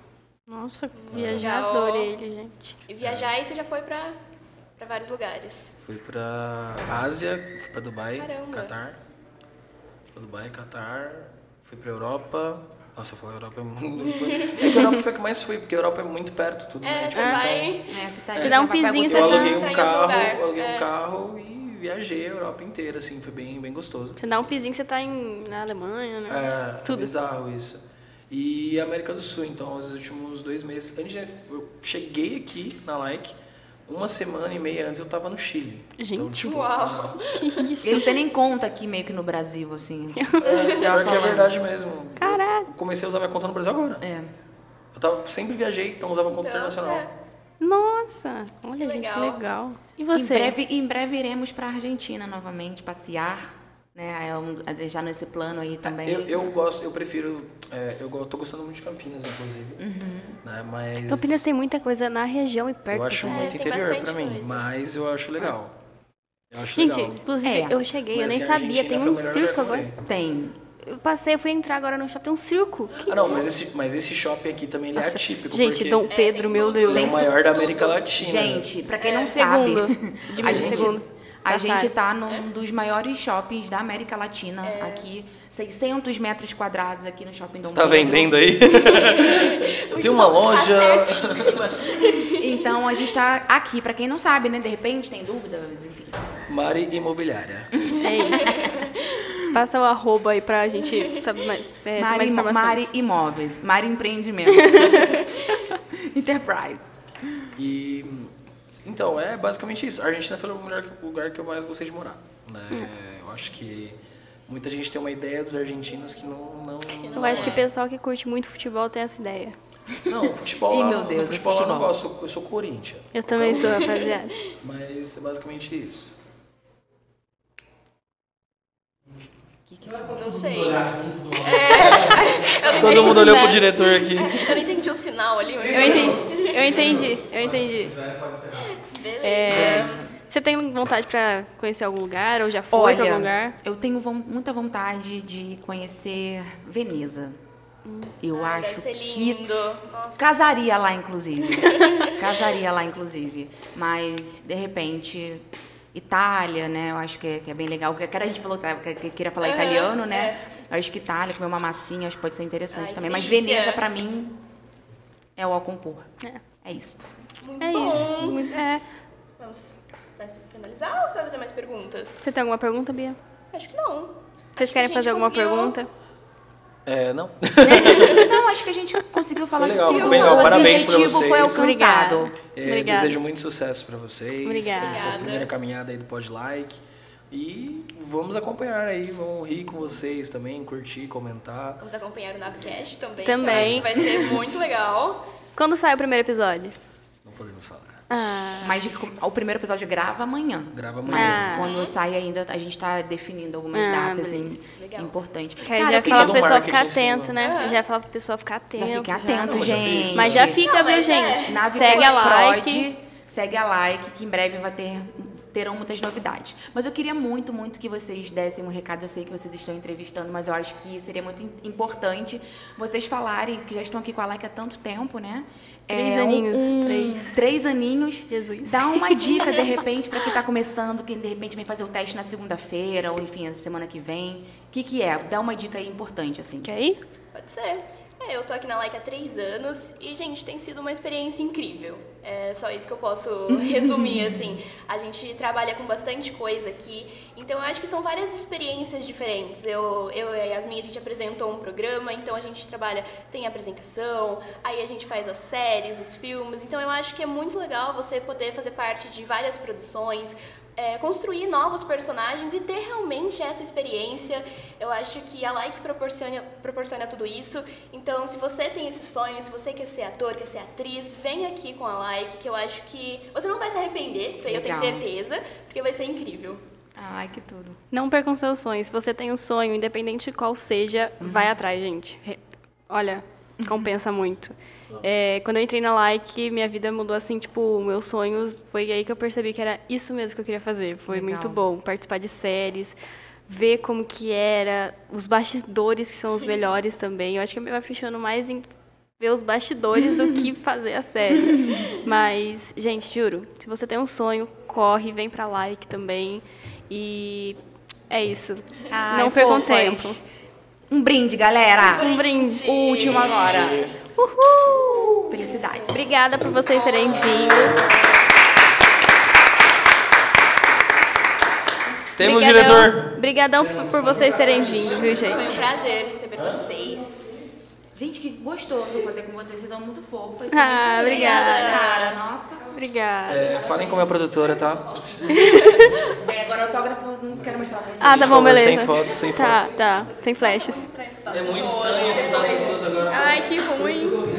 Speaker 2: Nossa, viajador ele, gente.
Speaker 1: E viajar e você já foi pra, pra vários lugares.
Speaker 3: Fui pra Ásia, fui pra Dubai,
Speaker 1: Caramba.
Speaker 3: Catar. Fui pra Dubai, Catar. Fui pra Europa. Nossa, eu falei Europa é muito... É que a Europa foi a que mais fui, porque a Europa é muito perto tudo,
Speaker 1: É,
Speaker 3: né?
Speaker 1: você
Speaker 3: Tipo,
Speaker 1: vai.
Speaker 4: É, você tá
Speaker 2: Se
Speaker 4: aí,
Speaker 2: dá um
Speaker 4: vai pegar
Speaker 2: pizinho,
Speaker 4: o-
Speaker 2: você
Speaker 3: Eu
Speaker 2: tá-
Speaker 1: tá
Speaker 3: aluguei
Speaker 1: em
Speaker 3: um
Speaker 1: outro
Speaker 3: carro,
Speaker 1: lugar.
Speaker 3: aluguei
Speaker 1: É.
Speaker 3: um carro e viajei a Europa inteira, assim, foi bem, bem gostoso.
Speaker 2: Você dá um pizinho que você tá em, na Alemanha,
Speaker 1: Uhum.
Speaker 2: né?
Speaker 3: É,
Speaker 2: Tudo.
Speaker 3: bizarro isso. E América do Sul, então, os últimos dois meses. Antes, de- eu cheguei aqui na Like, uma semana e meia antes eu tava no Chile. Então,
Speaker 2: Gente.
Speaker 3: tipo,
Speaker 1: Uau.
Speaker 2: Que isso.
Speaker 4: Ele não tem nem conta aqui, meio que no Brasil, assim.
Speaker 3: É, pior que é
Speaker 4: falando.
Speaker 3: verdade mesmo.
Speaker 2: Caraca.
Speaker 3: Eu comecei a usar minha conta no Brasil agora.
Speaker 4: É.
Speaker 3: Eu tava, sempre viajei, então usava conta
Speaker 1: Então,
Speaker 3: internacional.
Speaker 1: é.
Speaker 2: Nossa, olha,
Speaker 1: Que
Speaker 2: gente, que
Speaker 1: legal.
Speaker 2: legal. E
Speaker 4: Em
Speaker 2: você?
Speaker 4: breve, em breve iremos pra Argentina novamente, passear. Né? É um- é Já nesse plano aí também.
Speaker 3: Eu, eu gosto, eu prefiro. é, eu go- tô gostando muito de Campinas, inclusive. Né, mas.
Speaker 2: Uhum. Campinas tem muita coisa na região e perto.
Speaker 3: Eu acho um
Speaker 2: né?
Speaker 1: coisa. É,
Speaker 3: muito
Speaker 1: tem
Speaker 3: interior
Speaker 1: bastante
Speaker 3: pra mim,
Speaker 1: coisa.
Speaker 3: mas eu acho legal. Eu acho
Speaker 2: Gente,
Speaker 3: legal.
Speaker 2: inclusive,
Speaker 4: É.
Speaker 2: eu cheguei, eu
Speaker 3: Mas,
Speaker 2: nem
Speaker 3: assim, a
Speaker 2: sabia.
Speaker 3: Argentina
Speaker 2: Tem
Speaker 3: foi o
Speaker 2: um
Speaker 3: melhor lugar
Speaker 2: circo
Speaker 3: que eu morei.
Speaker 2: agora.
Speaker 4: Tem.
Speaker 2: Eu passei, eu fui entrar agora no shopping, tem um circo. Que
Speaker 3: Ah, não, mas esse, mas esse shopping aqui também ele é atípico.
Speaker 2: Gente,
Speaker 3: porque
Speaker 2: Dom
Speaker 3: ele
Speaker 2: Pedro,
Speaker 1: tem
Speaker 2: meu
Speaker 1: tudo.
Speaker 2: Deus.
Speaker 3: é o maior da América Latina.
Speaker 4: Gente, pra quem
Speaker 1: É,
Speaker 4: não sabe.
Speaker 2: Segundo.
Speaker 4: A
Speaker 2: Diminui,
Speaker 4: gente,
Speaker 2: segundo.
Speaker 4: a
Speaker 2: Passagem.
Speaker 4: gente tá num dos maiores shoppings da América Latina,
Speaker 2: É.
Speaker 4: aqui, 600 metros quadrados aqui no Shopping Dom
Speaker 3: Você tá
Speaker 4: Pedro.
Speaker 3: vendendo aí? eu tenho uma loja.
Speaker 1: Tá certíssima.
Speaker 4: Então a gente tá aqui, pra quem não sabe, né? De repente tem dúvidas, enfim.
Speaker 3: Mari Imobiliária.
Speaker 2: É isso. Passa o arroba aí pra gente saber mais, é, ter mais
Speaker 4: Mari,
Speaker 2: informações.
Speaker 4: Mari Imóveis, Mari Empreendimentos. Enterprise.
Speaker 3: E então, é basicamente isso. A Argentina foi o melhor lugar que eu mais gostei de morar. Né? Eu acho que muita gente tem uma ideia dos argentinos que não. não
Speaker 2: Eu acho que o pessoal que curte muito futebol tem essa ideia.
Speaker 3: Não, futebol.
Speaker 4: Ih,
Speaker 3: lá-
Speaker 4: meu Deus,
Speaker 3: no
Speaker 4: o
Speaker 3: é futebol, lá eu não
Speaker 4: futebol.
Speaker 3: gosto. Eu sou Corinthians.
Speaker 2: Eu também sou, rapaziada.
Speaker 3: Mas é basicamente isso.
Speaker 4: Que que foi?
Speaker 1: Não sei.
Speaker 3: Todo mundo olhou pro diretor aqui.
Speaker 1: Eu não entendi o sinal ali, mas.
Speaker 2: Eu entendi, eu entendi, eu entendi.
Speaker 1: Beleza.
Speaker 2: É, você tem vontade pra conhecer algum lugar ou já foi pra algum lugar?
Speaker 4: eu tenho von- muita vontade de conhecer Veneza.
Speaker 2: Hum.
Speaker 4: Eu
Speaker 2: Ah,
Speaker 1: Ai,
Speaker 4: acho
Speaker 1: deve ser
Speaker 4: que
Speaker 1: lindo. Nossa.
Speaker 4: Casaria lá, inclusive. Casaria lá, inclusive. Mas, de repente, Itália, né? Eu acho que é, que é bem legal. Porque a gente falou que que- que queria falar
Speaker 1: Aham,
Speaker 4: italiano,
Speaker 2: é.
Speaker 4: né? Eu acho que Itália, comer uma massinha, acho que pode ser interessante
Speaker 1: Ai, que
Speaker 4: também. Mas
Speaker 1: delícia.
Speaker 4: Veneza, pra mim, é o ao compor.
Speaker 2: É.
Speaker 4: É isso.
Speaker 1: Muito
Speaker 2: É
Speaker 1: bom.
Speaker 2: isso. Muito- é.
Speaker 1: Vamos vai se finalizar ou você vai fazer mais perguntas?
Speaker 2: Você tem alguma pergunta, Bia?
Speaker 1: Acho que não.
Speaker 2: tá- Vocês querem
Speaker 1: gente
Speaker 2: fazer alguma
Speaker 1: conseguiu.
Speaker 2: pergunta?
Speaker 3: É, não?
Speaker 4: Não, acho que a gente conseguiu falar
Speaker 3: Foi legal,
Speaker 4: de
Speaker 3: ficou
Speaker 4: tudo.
Speaker 3: bem legal.
Speaker 4: O
Speaker 3: Parabéns pra
Speaker 4: objetivo foi
Speaker 3: vocês.
Speaker 4: alcançado.
Speaker 2: Obrigada.
Speaker 3: É,
Speaker 2: Obrigada.
Speaker 3: desejo muito sucesso pra vocês.
Speaker 2: Obrigada.
Speaker 3: Essa
Speaker 1: Obrigada.
Speaker 3: primeira caminhada aí do Pod Like. E vamos acompanhar aí, vamos rir com vocês também, curtir, comentar.
Speaker 1: Vamos acompanhar o Navcast também.
Speaker 2: Também.
Speaker 1: Que eu acho que vai ser muito legal.
Speaker 2: Quando sai o primeiro episódio?
Speaker 3: Não podemos falar.
Speaker 2: Ah,
Speaker 4: Mas de- o primeiro episódio grava amanhã.
Speaker 3: Grava amanhã.
Speaker 4: Mas
Speaker 2: Ah.
Speaker 4: quando sai ainda, a gente tá definindo algumas
Speaker 2: Ah,
Speaker 4: datas assim,
Speaker 1: Legal.
Speaker 4: importantes.
Speaker 2: que aí
Speaker 4: Cara,
Speaker 2: já fala
Speaker 4: eu queria...
Speaker 2: pro
Speaker 3: Todo
Speaker 2: pessoal
Speaker 3: marketing assim,
Speaker 2: ficar
Speaker 3: em cima.
Speaker 2: atento, né? Já fala pro pessoal ficar atento.
Speaker 4: Já fica atento,
Speaker 3: Não, já fica,
Speaker 4: gente.
Speaker 2: Mas já fica,
Speaker 1: Não,
Speaker 2: viu,
Speaker 1: mas é.
Speaker 2: gente?
Speaker 4: Nave
Speaker 2: Segue a
Speaker 4: Pós-Prod,
Speaker 2: like.
Speaker 4: Segue a like, que em breve vai ter, terão muitas novidades. Mas eu queria muito, muito que vocês dessem um recado. Eu sei que vocês estão entrevistando, mas eu acho que seria muito im- importante vocês falarem, que já estão aqui com a like há tanto tempo, né?
Speaker 2: Três
Speaker 4: um-
Speaker 2: aninhos, né?
Speaker 4: um-
Speaker 2: três.
Speaker 4: três aninhos.
Speaker 2: Jesus.
Speaker 4: Dá uma dica, de repente, para quem está começando, quem de repente vem fazer o teste na segunda-feira, ou enfim, na semana que vem. O que, que é? Dá uma dica aí importante, assim.
Speaker 2: Quer ir?
Speaker 1: Pode ser. É, eu tô aqui na Like há três anos e, gente, tem sido uma experiência incrível. É só isso que eu posso resumir, assim. A gente trabalha com bastante coisa aqui, então eu acho que são várias experiências diferentes. Eu, eu e a Yasmin, a gente apresentou um programa, então a gente trabalha, tem apresentação, aí a gente faz as séries, os filmes. Então eu acho que é muito legal você poder fazer parte de várias produções, é, construir novos personagens e ter realmente essa experiência. Eu acho que a Like proporciona, proporciona tudo isso. Então, se você tem esse sonho, se você quer ser ator, quer ser atriz, vem aqui com a Like, que eu acho que você não vai se arrepender, isso aí eu tenho
Speaker 4: Legal.
Speaker 1: certeza, porque vai ser incrível.
Speaker 4: Ai, que tudo.
Speaker 2: Não percam seus sonhos. Se você tem um sonho, independente de qual seja, vai atrás, gente. Re- Olha, compensa muito. É, quando eu entrei na Like, minha vida mudou assim, tipo, meus sonhos. Foi aí que eu percebi que era isso mesmo que eu queria fazer. Foi
Speaker 4: Legal.
Speaker 2: muito bom participar de séries, ver como que era, os bastidores que são os melhores também. Eu acho que eu me apaixono mais em ver os bastidores do que fazer a série. Mas, gente, juro, se você tem um sonho, corre, vem pra like também. E é isso.
Speaker 4: Ai,
Speaker 2: Não percam
Speaker 4: fofas.
Speaker 2: tempo.
Speaker 4: Um brinde, galera.
Speaker 2: Um brinde.
Speaker 4: O último agora. Uhul! Felicidades.
Speaker 2: Obrigada por vocês terem vindo.
Speaker 3: Temos,
Speaker 2: Brigadão-
Speaker 3: diretor!
Speaker 2: Brigadão por- por vocês terem vindo, viu,
Speaker 1: Foi um
Speaker 2: gente?
Speaker 1: prazer receber vocês.
Speaker 4: Gente, que gostoso fazer com vocês. Vocês são muito fofas.
Speaker 2: Ah, obrigada.
Speaker 4: Cara, nossa.
Speaker 2: Obrigada.
Speaker 3: É, falem com a minha produtora, tá?
Speaker 4: É, agora autógrafo, não quero mais falar com vocês.
Speaker 2: Ah, tá
Speaker 3: Por
Speaker 2: bom,
Speaker 3: favor,
Speaker 2: beleza.
Speaker 3: sem fotos, sem
Speaker 2: tá,
Speaker 3: fotos.
Speaker 2: tá. Sem flashes.
Speaker 3: É muito estranho escutar as pessoas agora.
Speaker 2: Ai, que ruim.